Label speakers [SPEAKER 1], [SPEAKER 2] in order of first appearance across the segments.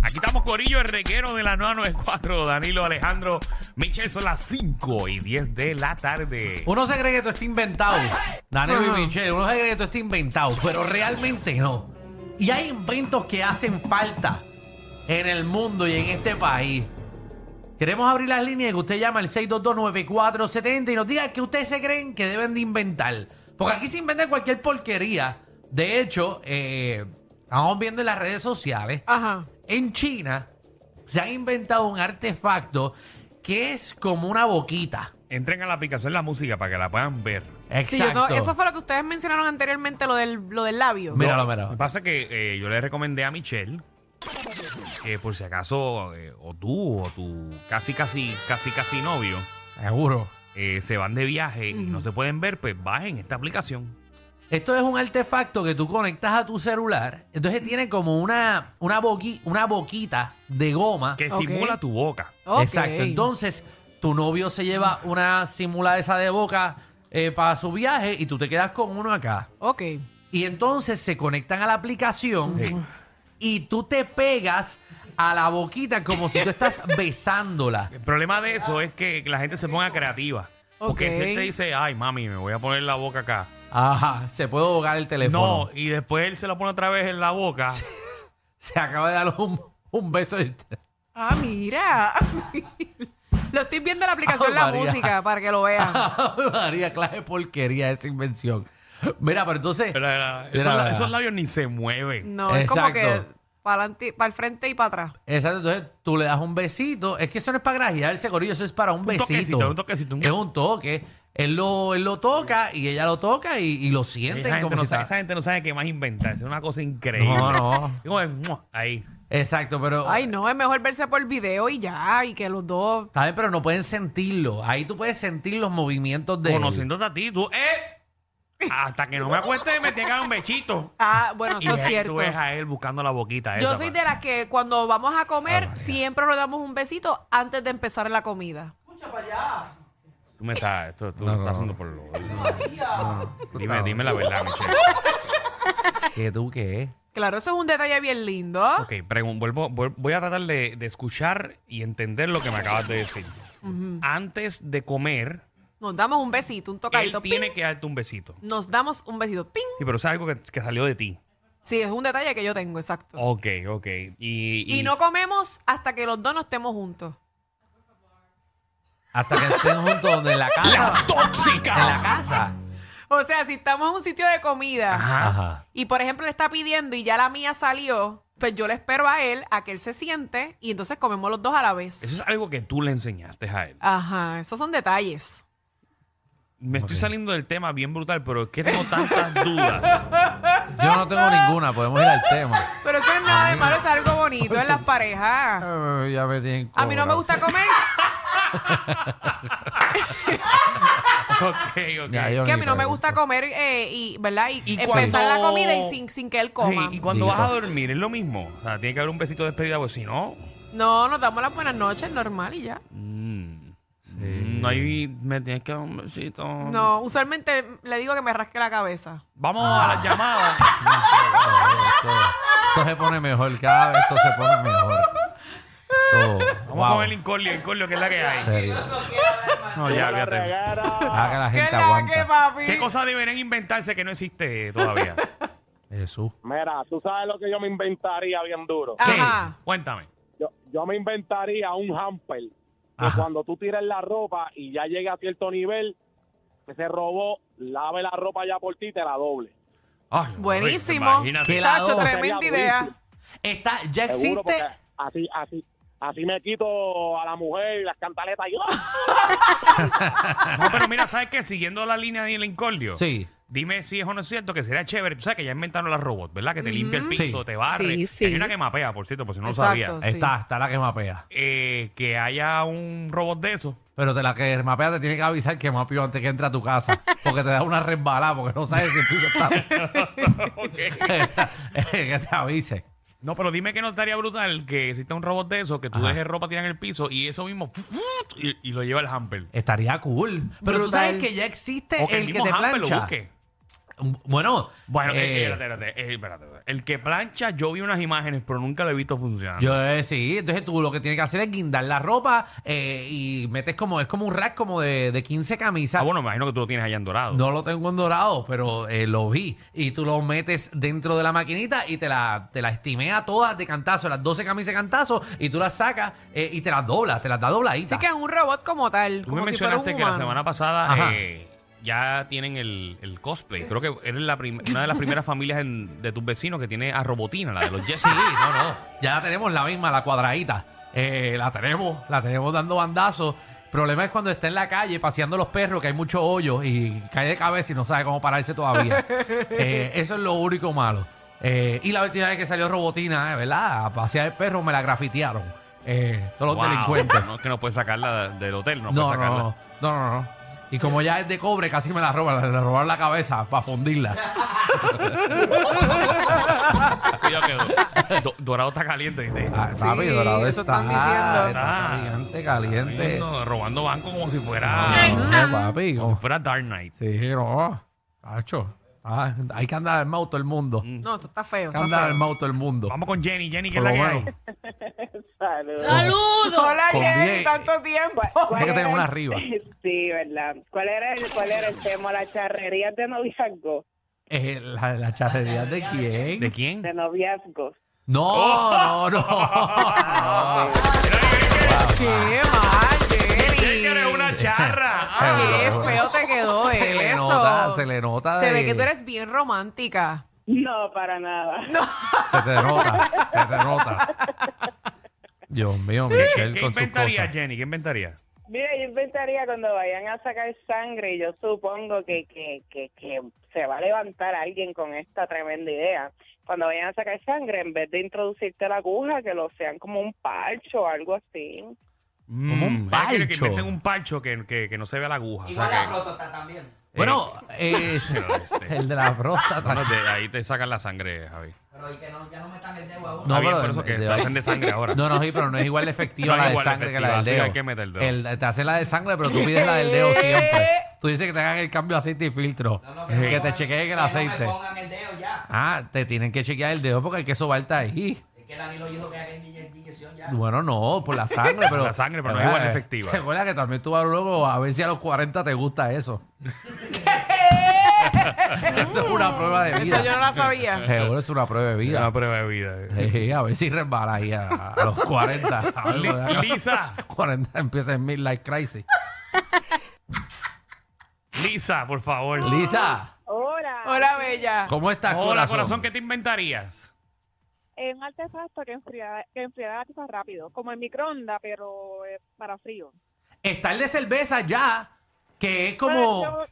[SPEAKER 1] Aquí estamos Corillo, el reguero de la 994, Danilo Alejandro Michel, son las 5 y 10 de la tarde.
[SPEAKER 2] Uno se cree que todo está inventado. Danilo y Michelle, uno se cree que todo está inventado, pero realmente no. Y hay inventos que hacen falta en el mundo y en este país. Queremos abrir las líneas y que usted llama al 6229470 y nos diga que ustedes se creen que deben de inventar. Porque aquí se inventa cualquier porquería. De hecho, eh, estamos viendo en las redes sociales.
[SPEAKER 3] Ajá.
[SPEAKER 2] En China se han inventado un artefacto que es como una boquita.
[SPEAKER 1] Entren a la aplicación La Música para que la puedan ver.
[SPEAKER 2] Exacto.
[SPEAKER 3] Sí, yo to- eso fue lo que ustedes mencionaron anteriormente, lo del, lo del labio.
[SPEAKER 2] Me- Míralo,
[SPEAKER 1] No,
[SPEAKER 2] míralo.
[SPEAKER 1] Lo que pasa es que eh, yo le recomendé a Michelle que por si acaso, eh, o tú, o tu casi, casi, casi, casi novio,
[SPEAKER 2] Seguro.
[SPEAKER 1] eh, se van de viaje y no se pueden ver, pues bajen esta aplicación.
[SPEAKER 2] Esto es un artefacto que tú conectas a tu celular. Entonces tiene como una, una, boqui- una boquita de goma.
[SPEAKER 1] Que
[SPEAKER 3] Ok.
[SPEAKER 1] simula tu boca.
[SPEAKER 3] Ok.
[SPEAKER 2] Exacto. Entonces, tu novio se lleva una simula esa de boca eh, para su viaje y tú te quedas con uno acá.
[SPEAKER 3] Ok.
[SPEAKER 2] Y entonces se conectan a la aplicación
[SPEAKER 1] Sí.
[SPEAKER 2] y tú te pegas a la boquita como si tú estás besándola.
[SPEAKER 1] El problema de eso es que la gente se ponga creativa. Porque
[SPEAKER 3] Ok.
[SPEAKER 1] si él te dice, ay, mami, me voy a poner la boca acá.
[SPEAKER 2] Ajá, se puede ahogar el teléfono.
[SPEAKER 1] No, y después él se la pone otra vez en la boca.
[SPEAKER 2] Se acaba de dar un, un beso. del te-
[SPEAKER 3] Ah, mira. lo estoy viendo en la aplicación
[SPEAKER 2] Ah,
[SPEAKER 3] La
[SPEAKER 2] María.
[SPEAKER 3] Música para que lo vean.
[SPEAKER 2] Ave María, clase de porquería esa invención. Mira, pero entonces.
[SPEAKER 1] Pero, eh,
[SPEAKER 2] Mira,
[SPEAKER 1] esos,
[SPEAKER 2] mira.
[SPEAKER 1] esos labios ni se mueven.
[SPEAKER 3] No, es como que
[SPEAKER 2] Exacto.
[SPEAKER 3] para el frente y para atrás.
[SPEAKER 2] Exacto, entonces tú le das un besito. Es que eso no es para grajearse, Corillo, eso es para un, besito.
[SPEAKER 1] toquecito, un toquecito, un-
[SPEAKER 2] Es un toque. Él lo, él lo toca y ella lo toca y, y lo sienten
[SPEAKER 1] Esa gente,
[SPEAKER 2] como
[SPEAKER 1] no
[SPEAKER 2] si
[SPEAKER 1] sabe, esa
[SPEAKER 2] está-
[SPEAKER 1] gente no sabe qué más inventar. Es una cosa increíble.
[SPEAKER 2] No, no.
[SPEAKER 1] Digo, es, ¡mua! Ahí.
[SPEAKER 2] Exacto, pero.
[SPEAKER 3] Ay, no, es mejor verse por video y ya, y que los dos.
[SPEAKER 2] Está bien, pero no pueden sentirlo. Ahí tú puedes sentir los movimientos de. él.
[SPEAKER 1] Conociéndote a ti, tú, ¡eh! Hasta que no me acueste, me tenga un bechito.
[SPEAKER 3] Ah, bueno,
[SPEAKER 1] Y
[SPEAKER 3] eso es
[SPEAKER 1] ahí
[SPEAKER 3] cierto.
[SPEAKER 1] tú ves a él buscando la boquita.
[SPEAKER 3] Yo
[SPEAKER 1] esa,
[SPEAKER 3] soy
[SPEAKER 1] pa-
[SPEAKER 3] de las que cuando vamos a comer,
[SPEAKER 1] María.
[SPEAKER 3] siempre nos damos un besito antes de empezar la comida.
[SPEAKER 1] Tú me estás, esto, tú
[SPEAKER 2] No,
[SPEAKER 1] me
[SPEAKER 2] no,
[SPEAKER 1] estás
[SPEAKER 2] no.
[SPEAKER 1] haciendo por lo. Dime, dime la verdad, Michelle.
[SPEAKER 2] ¿Qué tú qué?
[SPEAKER 3] Claro, eso es un detalle bien lindo.
[SPEAKER 1] Ok, pregun- vuelvo, vuel- voy a tratar de, de escuchar y entender lo que me acabas de decir. Antes de comer,
[SPEAKER 3] Nos damos un besito, un
[SPEAKER 1] él
[SPEAKER 3] tocadito.
[SPEAKER 1] tiene
[SPEAKER 3] ping.
[SPEAKER 1] que darte un besito.
[SPEAKER 3] Nos damos un besito. Ping.
[SPEAKER 1] Sí, pero es algo que, que salió de ti.
[SPEAKER 3] Sí, es un detalle que yo tengo, exacto.
[SPEAKER 1] Ok, ok. Oh, Y,
[SPEAKER 3] Y, no comemos hasta que los dos no estemos juntos.
[SPEAKER 2] Hasta que estén juntos donde en la casa. tóxica! En la casa.
[SPEAKER 3] O sea, si estamos en un sitio de comida
[SPEAKER 1] Ajá.
[SPEAKER 2] Ajá.
[SPEAKER 3] y, por ejemplo, le está pidiendo y ya la mía salió, pues yo le espero a él a que él se siente y entonces comemos los dos a la vez.
[SPEAKER 1] Eso es algo que tú le enseñaste a él.
[SPEAKER 3] Ajá, esos son detalles.
[SPEAKER 1] Me estoy
[SPEAKER 2] Ok.
[SPEAKER 1] saliendo del tema bien brutal, pero es que tengo tantas dudas.
[SPEAKER 2] Yo no tengo ninguna, podemos ir al tema.
[SPEAKER 3] Pero eso no es nada de malo, es algo bonito en las parejas.
[SPEAKER 2] Ay, ya me tienen
[SPEAKER 3] A mí no me
[SPEAKER 2] cobrado.
[SPEAKER 3] gusta comer,
[SPEAKER 1] ok, ok.
[SPEAKER 2] Ya, yo
[SPEAKER 3] que a
[SPEAKER 2] ni
[SPEAKER 3] mí no me
[SPEAKER 2] pregunto.
[SPEAKER 3] gusta comer, eh, y, ¿verdad? Y,
[SPEAKER 1] Y
[SPEAKER 3] empezar
[SPEAKER 1] cuando-
[SPEAKER 3] la comida y sin, sin que él coma.
[SPEAKER 1] Sí, y cuando vas
[SPEAKER 2] Digo.
[SPEAKER 1] a dormir es lo mismo. O sea, tiene que haber un besito de despedida, porque si no,
[SPEAKER 3] No, nos damos las buenas noches, normal y ya.
[SPEAKER 1] mm, mm, no hay, me tienes que dar un besito.
[SPEAKER 3] No, usualmente le digo que me rasque la cabeza.
[SPEAKER 1] Vamos a las llamadas.
[SPEAKER 2] Esto, esto se pone mejor, cada vez esto se pone mejor. Esto,
[SPEAKER 1] Vamos a
[SPEAKER 2] wow,
[SPEAKER 1] ver el incordio, el incordio que es la que hay.
[SPEAKER 2] serio.
[SPEAKER 1] No, ya, fíjate.
[SPEAKER 2] Haga que la
[SPEAKER 3] ¿Qué
[SPEAKER 2] gente
[SPEAKER 3] la que,
[SPEAKER 2] aguanta.
[SPEAKER 3] papi?
[SPEAKER 1] ¿Qué cosas deberían inventarse que no existe todavía?
[SPEAKER 2] Jesús.
[SPEAKER 4] Mira, tú sabes lo que yo me inventaría bien duro.
[SPEAKER 3] Ah.
[SPEAKER 1] ¿Qué?
[SPEAKER 3] Ajá.
[SPEAKER 1] Cuéntame.
[SPEAKER 4] Yo, yo me inventaría un hamper. Que
[SPEAKER 2] Ajá.
[SPEAKER 4] cuando tú tiras la ropa y ya llega a cierto nivel, ese robot lave la ropa ya por ti y te la doble.
[SPEAKER 1] Ay,
[SPEAKER 3] Buenísimo.
[SPEAKER 1] Pues imagínate.
[SPEAKER 2] Que la
[SPEAKER 3] Tacho,
[SPEAKER 2] dos.
[SPEAKER 3] tremenda
[SPEAKER 4] Sería
[SPEAKER 3] idea.
[SPEAKER 4] buenísimo.
[SPEAKER 2] Está, ya existe.
[SPEAKER 4] Seguro, porque así, así, así me quito a la mujer y las cantaletas. Y, ¡ah!
[SPEAKER 1] No, pero mira, ¿sabes qué? Siguiendo la línea del incordio.
[SPEAKER 2] Sí.
[SPEAKER 1] Dime si es o no es cierto que sería chévere. Tú sabes que ya inventaron las robots, ¿verdad? Que te limpia el piso,
[SPEAKER 2] Sí.
[SPEAKER 1] te barre.
[SPEAKER 5] Sí, sí.
[SPEAKER 1] Hay una que mapea, por cierto, por si no lo
[SPEAKER 3] Exacto.
[SPEAKER 1] sabía.
[SPEAKER 3] Oh, Sí.
[SPEAKER 2] Está, está la que mapea.
[SPEAKER 1] Eh, que haya un robot de eso.
[SPEAKER 2] Pero te la que mapea te tiene que avisar que mapeó antes que entre a tu casa. Porque te da una resbalada, porque no sabes si el piso está. que te avise.
[SPEAKER 1] No, pero dime que no estaría brutal que exista un robot de eso, que tú
[SPEAKER 2] Ajá.
[SPEAKER 1] dejes ropa tirada en el piso y eso mismo y, y lo lleva el hamper.
[SPEAKER 2] Estaría cool. Pero tú
[SPEAKER 3] Brutal.
[SPEAKER 2] sabes que ya existe
[SPEAKER 1] O que el,
[SPEAKER 2] el que
[SPEAKER 1] mismo
[SPEAKER 2] te
[SPEAKER 1] hamper lo
[SPEAKER 2] plancha.
[SPEAKER 1] busque.
[SPEAKER 2] Bueno,
[SPEAKER 1] Bueno, eh,
[SPEAKER 2] eh,
[SPEAKER 1] espérate, espérate, eh, espérate, espérate. El que plancha, yo vi unas imágenes, pero nunca lo he visto Ah, funcionar.
[SPEAKER 2] Yo eh, sí, entonces tú lo que tienes que hacer es guindar la ropa eh, y metes como, es como un rack como de, de 15 camisas.
[SPEAKER 1] Ah, bueno, me imagino que tú lo tienes allá en dorado.
[SPEAKER 2] No lo tengo en dorado, pero eh, lo vi. Y tú lo metes dentro de la maquinita y te la, te la estimea todas de cantazo, las 12 camisas de cantazo, y tú las sacas eh, y te las doblas, te las da dobladita.
[SPEAKER 3] Así que es un robot como tal.
[SPEAKER 1] Tú me
[SPEAKER 3] como si fuera un
[SPEAKER 1] mencionaste que la
[SPEAKER 3] humano.
[SPEAKER 1] semana
[SPEAKER 2] Ajá.
[SPEAKER 1] pasada eh, ya tienen el, el cosplay. Creo que eres la prim- una de las primeras familias en- de tus vecinos que tiene a Robotina, la de los Jets.
[SPEAKER 2] Sí, no, no. Ya la tenemos la misma, la cuadradita. Eh, la tenemos, la tenemos dando bandazos. Problema es cuando está en la calle paseando los perros, que hay muchos hoyos y cae de cabeza y no sabe cómo pararse todavía. Eh, eso es lo único malo. Eh, y la última vez que salió Robotina, eh, ¿verdad? A pasear el perro me la grafitearon. Eh, todos los
[SPEAKER 1] Wow,
[SPEAKER 2] delincuentes.
[SPEAKER 1] No, es que no puedes sacarla del hotel, no,
[SPEAKER 2] No,
[SPEAKER 1] puedes
[SPEAKER 2] no,
[SPEAKER 1] sacarla.
[SPEAKER 2] no, no, no, no. Y como ya es de cobre, casi me la roban, le robaron la cabeza para fundirla.
[SPEAKER 1] Cuidado que do- Dorado está caliente, ¿viste?
[SPEAKER 2] Ah,
[SPEAKER 3] Sí,
[SPEAKER 2] papi, dorado
[SPEAKER 3] eso
[SPEAKER 2] está,
[SPEAKER 3] están diciendo. Ah,
[SPEAKER 2] está caliente, caliente.
[SPEAKER 1] Viendo, robando banco como si
[SPEAKER 2] Ah,
[SPEAKER 1] fuera,
[SPEAKER 2] no, papi.
[SPEAKER 1] como si
[SPEAKER 2] como-
[SPEAKER 1] fuera Dark Knight.
[SPEAKER 2] Sí, no. Cacho. Ah, hay que andar armado todo el mundo. Hay
[SPEAKER 3] No, esto está feo.
[SPEAKER 2] que
[SPEAKER 3] está
[SPEAKER 2] andar
[SPEAKER 3] feo.
[SPEAKER 2] armado todo el mundo.
[SPEAKER 1] Vamos con Jenny, Jenny, que es
[SPEAKER 2] Por
[SPEAKER 1] la que
[SPEAKER 2] lo
[SPEAKER 1] hay.
[SPEAKER 2] menos.
[SPEAKER 4] ¡ah!
[SPEAKER 6] Saludos.
[SPEAKER 5] ¡Saludos!
[SPEAKER 3] Hola,
[SPEAKER 2] Con pues,
[SPEAKER 3] Jenny,
[SPEAKER 2] diez-
[SPEAKER 3] tanto tiempo.
[SPEAKER 6] ¿Cuál
[SPEAKER 2] que
[SPEAKER 6] era
[SPEAKER 2] tengo
[SPEAKER 6] el-
[SPEAKER 2] una arriba.
[SPEAKER 6] Sí, verdad. ¿Cuál era el, cuál era el tema? ¿La charrería de noviazgo?
[SPEAKER 2] Eh, la, la charrería de quién?
[SPEAKER 1] ¿De quién?
[SPEAKER 6] De noviazgo.
[SPEAKER 3] Oh.
[SPEAKER 2] No, no, no.
[SPEAKER 3] Qué
[SPEAKER 2] Ah.
[SPEAKER 3] mal,
[SPEAKER 1] Jenny, que eres
[SPEAKER 3] Jenny.
[SPEAKER 1] una charra. Ah,
[SPEAKER 3] Qué feo te quedó
[SPEAKER 2] Se le
[SPEAKER 3] eso.
[SPEAKER 2] nota, se le nota.
[SPEAKER 3] Se
[SPEAKER 2] de-
[SPEAKER 3] ve que tú eres bien romántica.
[SPEAKER 6] No, para nada.
[SPEAKER 2] Se te nota, se te nota. Dios mío,
[SPEAKER 1] ¿Qué,
[SPEAKER 2] Michelle
[SPEAKER 1] qué
[SPEAKER 2] con sus
[SPEAKER 1] inventaría,
[SPEAKER 2] cosas.
[SPEAKER 1] Jenny? ¿Qué inventaría?
[SPEAKER 6] Mira, yo inventaría cuando vayan a sacar sangre, yo supongo que, que, que, que se va a levantar alguien con esta tremenda idea. Cuando vayan a sacar sangre, en vez de introducirte la aguja, que lo sean como un parcho o algo así.
[SPEAKER 1] Como
[SPEAKER 2] un
[SPEAKER 1] Mm, Que
[SPEAKER 2] parcho.
[SPEAKER 1] inventen un parcho que, que, que no se vea la aguja. o sea, que-
[SPEAKER 2] Bueno, eh,
[SPEAKER 1] este.
[SPEAKER 2] el de la próstata.
[SPEAKER 1] Bueno, de ahí te sacan la sangre, Javi.
[SPEAKER 2] No,
[SPEAKER 1] Está bien,
[SPEAKER 2] pero
[SPEAKER 1] por
[SPEAKER 2] el-
[SPEAKER 1] eso que
[SPEAKER 2] el
[SPEAKER 1] te
[SPEAKER 2] de-
[SPEAKER 1] hacen de sangre ahora.
[SPEAKER 2] No, no, sí, pero no es igual de efectiva
[SPEAKER 1] No es
[SPEAKER 2] la
[SPEAKER 1] igual
[SPEAKER 2] de
[SPEAKER 1] de
[SPEAKER 2] sangre que la del
[SPEAKER 1] efectiva, así
[SPEAKER 2] dedo.
[SPEAKER 1] que hay que meter el
[SPEAKER 2] El- te hace la de sangre, pero tú pides la del dedo siempre. Tú dices que te hagan el cambio de aceite y filtro. que te chequeen el aceite. Ah, te tienen que chequear el dedo porque hay que sobarte ahí. Bueno, no, por la sangre, pero.
[SPEAKER 1] La sangre, pero no es igual de efectiva.
[SPEAKER 2] Recuerda que también tú vas luego a ver si a los 40 te gusta eso. eso es una prueba de vida.
[SPEAKER 3] Eso yo no la sabía.
[SPEAKER 2] Seguro es una prueba de vida.
[SPEAKER 1] Una prueba de vida. eh.
[SPEAKER 2] Sí, a ver si resbala ahí a, a los 40. A ver, cuando haga
[SPEAKER 1] Li- Lisa,
[SPEAKER 2] 40 empieza en Midlife Crisis.
[SPEAKER 1] Ah. Lisa, por favor.
[SPEAKER 2] Lisa,
[SPEAKER 6] Hola.
[SPEAKER 3] Hola, bella.
[SPEAKER 2] ¿cómo estás,
[SPEAKER 1] Hola,
[SPEAKER 2] corazón?
[SPEAKER 1] corazón, ¿qué te inventarías?
[SPEAKER 6] Es un artefacto que enfriará que enfriara la tiza rápido, como el microondas, pero eh, para frío.
[SPEAKER 2] Está el de cerveza ya, que es como,
[SPEAKER 6] Pero yo-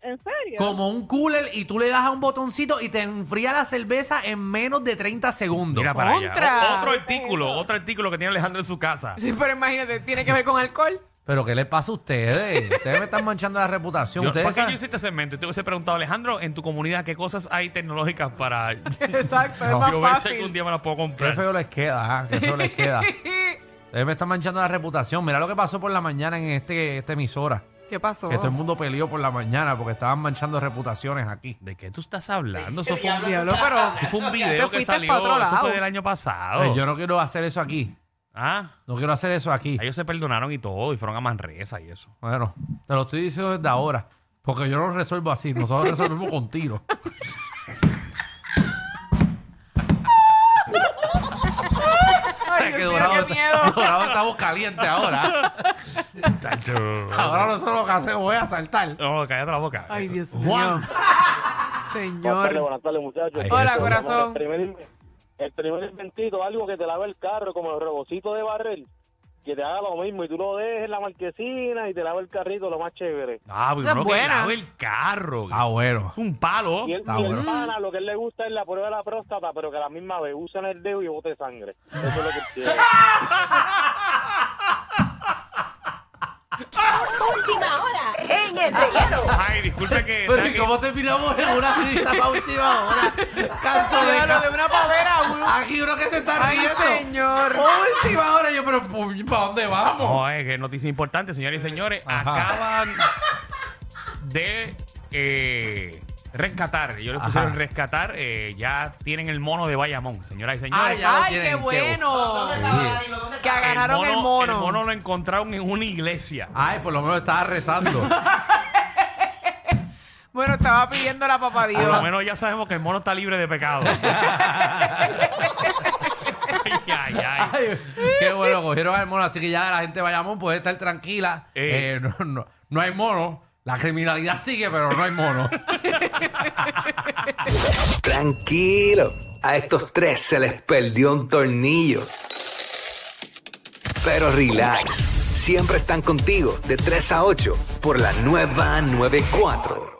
[SPEAKER 6] ¿En serio?
[SPEAKER 2] como un cooler y tú le das a un botoncito y te enfría la cerveza en menos de 30 segundos.
[SPEAKER 1] Mira para allá.
[SPEAKER 3] Contra.
[SPEAKER 1] O- Otro artículo, otro artículo que tiene Alejandro en su casa.
[SPEAKER 3] Sí, pero imagínate, tiene que ver con alcohol.
[SPEAKER 2] Pero ¿qué les pasa a ustedes? Ustedes me están manchando la reputación.
[SPEAKER 1] Yo, ¿Por
[SPEAKER 2] ustedes
[SPEAKER 1] qué yo
[SPEAKER 2] saben-
[SPEAKER 1] hice este segmento? Y Te hubiese preguntado, Alejandro, en tu comunidad, ¿qué cosas hay tecnológicas para
[SPEAKER 3] Exacto, es
[SPEAKER 2] No.
[SPEAKER 3] más
[SPEAKER 1] yo ver si algún
[SPEAKER 3] fácil.
[SPEAKER 1] día me la puedo
[SPEAKER 2] Qué
[SPEAKER 1] comprar?
[SPEAKER 2] feo les queda, ah, qué feo les queda. Ustedes me están manchando la reputación. Mira lo que pasó por la mañana en este, esta emisora.
[SPEAKER 3] ¿Qué pasó?
[SPEAKER 2] Que todo el mundo peleó por la mañana porque estaban manchando reputaciones aquí.
[SPEAKER 1] ¿De qué tú estás hablando? Eso fue un,
[SPEAKER 3] Diablo, pero
[SPEAKER 1] eso fue un video que
[SPEAKER 3] fuiste pa'
[SPEAKER 1] salió.
[SPEAKER 3] otro
[SPEAKER 1] Eso
[SPEAKER 3] lado.
[SPEAKER 1] fue del año pasado.
[SPEAKER 2] Ay, Pues yo no quiero hacer eso aquí.
[SPEAKER 1] Ah,
[SPEAKER 2] No quiero hacer eso aquí.
[SPEAKER 1] ellos se perdonaron y todo, y fueron a Manresa y eso.
[SPEAKER 2] Bueno, te lo estoy diciendo desde ahora. Porque yo no resuelvo así. Nosotros resolvemos con tiro. O sea,
[SPEAKER 3] Ay,
[SPEAKER 2] que
[SPEAKER 3] Dios mío,
[SPEAKER 2] Dorado
[SPEAKER 3] qué
[SPEAKER 2] está-
[SPEAKER 3] miedo.
[SPEAKER 2] Dorado estamos calientes ahora. Ahora nosotros lo que hacemos es asaltar.
[SPEAKER 1] No, cállate la boca.
[SPEAKER 3] Ay, Dios
[SPEAKER 2] Juan.
[SPEAKER 3] mío.
[SPEAKER 4] Buenas tardes,
[SPEAKER 3] Señor.
[SPEAKER 4] buenas tardes, muchachos.
[SPEAKER 2] Ay,
[SPEAKER 3] Hola,
[SPEAKER 2] Jesús.
[SPEAKER 3] corazón.
[SPEAKER 4] El primer, el primer inventito, algo que te lava el carro, como el robocito de barrel. que te haga lo mismo y tú lo dejes en la marquesina y te lava el carrito, lo más chévere.
[SPEAKER 1] Ah, pero
[SPEAKER 3] Esa es
[SPEAKER 1] uno que
[SPEAKER 3] buena.
[SPEAKER 1] lave el carro.
[SPEAKER 2] Ah, bueno.
[SPEAKER 1] Es un palo.
[SPEAKER 4] Y él,
[SPEAKER 2] Está
[SPEAKER 4] y
[SPEAKER 2] bueno.
[SPEAKER 4] el pana, lo que él le gusta es la prueba de la próstata, pero que a la misma vez usa en el dedo y bote sangre. Eso es lo que él quiere.
[SPEAKER 1] Ay, disculpe
[SPEAKER 3] Eh,
[SPEAKER 1] que...
[SPEAKER 2] Pero ¿y
[SPEAKER 1] saque-
[SPEAKER 2] cómo terminamos en una risa pa' última hora? Canto de,
[SPEAKER 3] Claro, de
[SPEAKER 2] ca-
[SPEAKER 3] una pavera. uno.
[SPEAKER 2] Aquí uno que se está
[SPEAKER 3] Ay,
[SPEAKER 2] riendo.
[SPEAKER 3] señor.
[SPEAKER 2] Última hora. Yo, pero ¿para dónde vamos?
[SPEAKER 1] No, es que noticia importante, señores y señores.
[SPEAKER 2] Ajá.
[SPEAKER 1] Acaban de eh, rescatar. Yo les
[SPEAKER 2] Ajá.
[SPEAKER 1] pusieron rescatar. eh, ya tienen el mono de Bayamón, señoras y señores.
[SPEAKER 2] Ah, ya lo
[SPEAKER 3] Ay,
[SPEAKER 2] tienen,
[SPEAKER 3] qué
[SPEAKER 2] bu-
[SPEAKER 3] bueno. Que
[SPEAKER 1] El
[SPEAKER 3] agarraron el mono.
[SPEAKER 1] El mono lo encontraron en una iglesia.
[SPEAKER 2] Ay, por lo menos estaba rezando.
[SPEAKER 3] Bueno, estaba pidiendo la papá
[SPEAKER 1] Por lo
[SPEAKER 3] Dios.
[SPEAKER 1] menos ya sabemos que el mono está libre de pecado. ay, ay, ay.
[SPEAKER 2] Ay, qué bueno, cogieron al mono. Así que ya la gente de Bayamón puede estar tranquila.
[SPEAKER 1] Eh.
[SPEAKER 2] Eh, no, no- no hay mono. La criminalidad sigue, pero no hay mono.
[SPEAKER 5] Tranquilo, a estos tres se les perdió un tornillo. Pero relax, siempre están contigo de 3 a 8 por la nueva 94.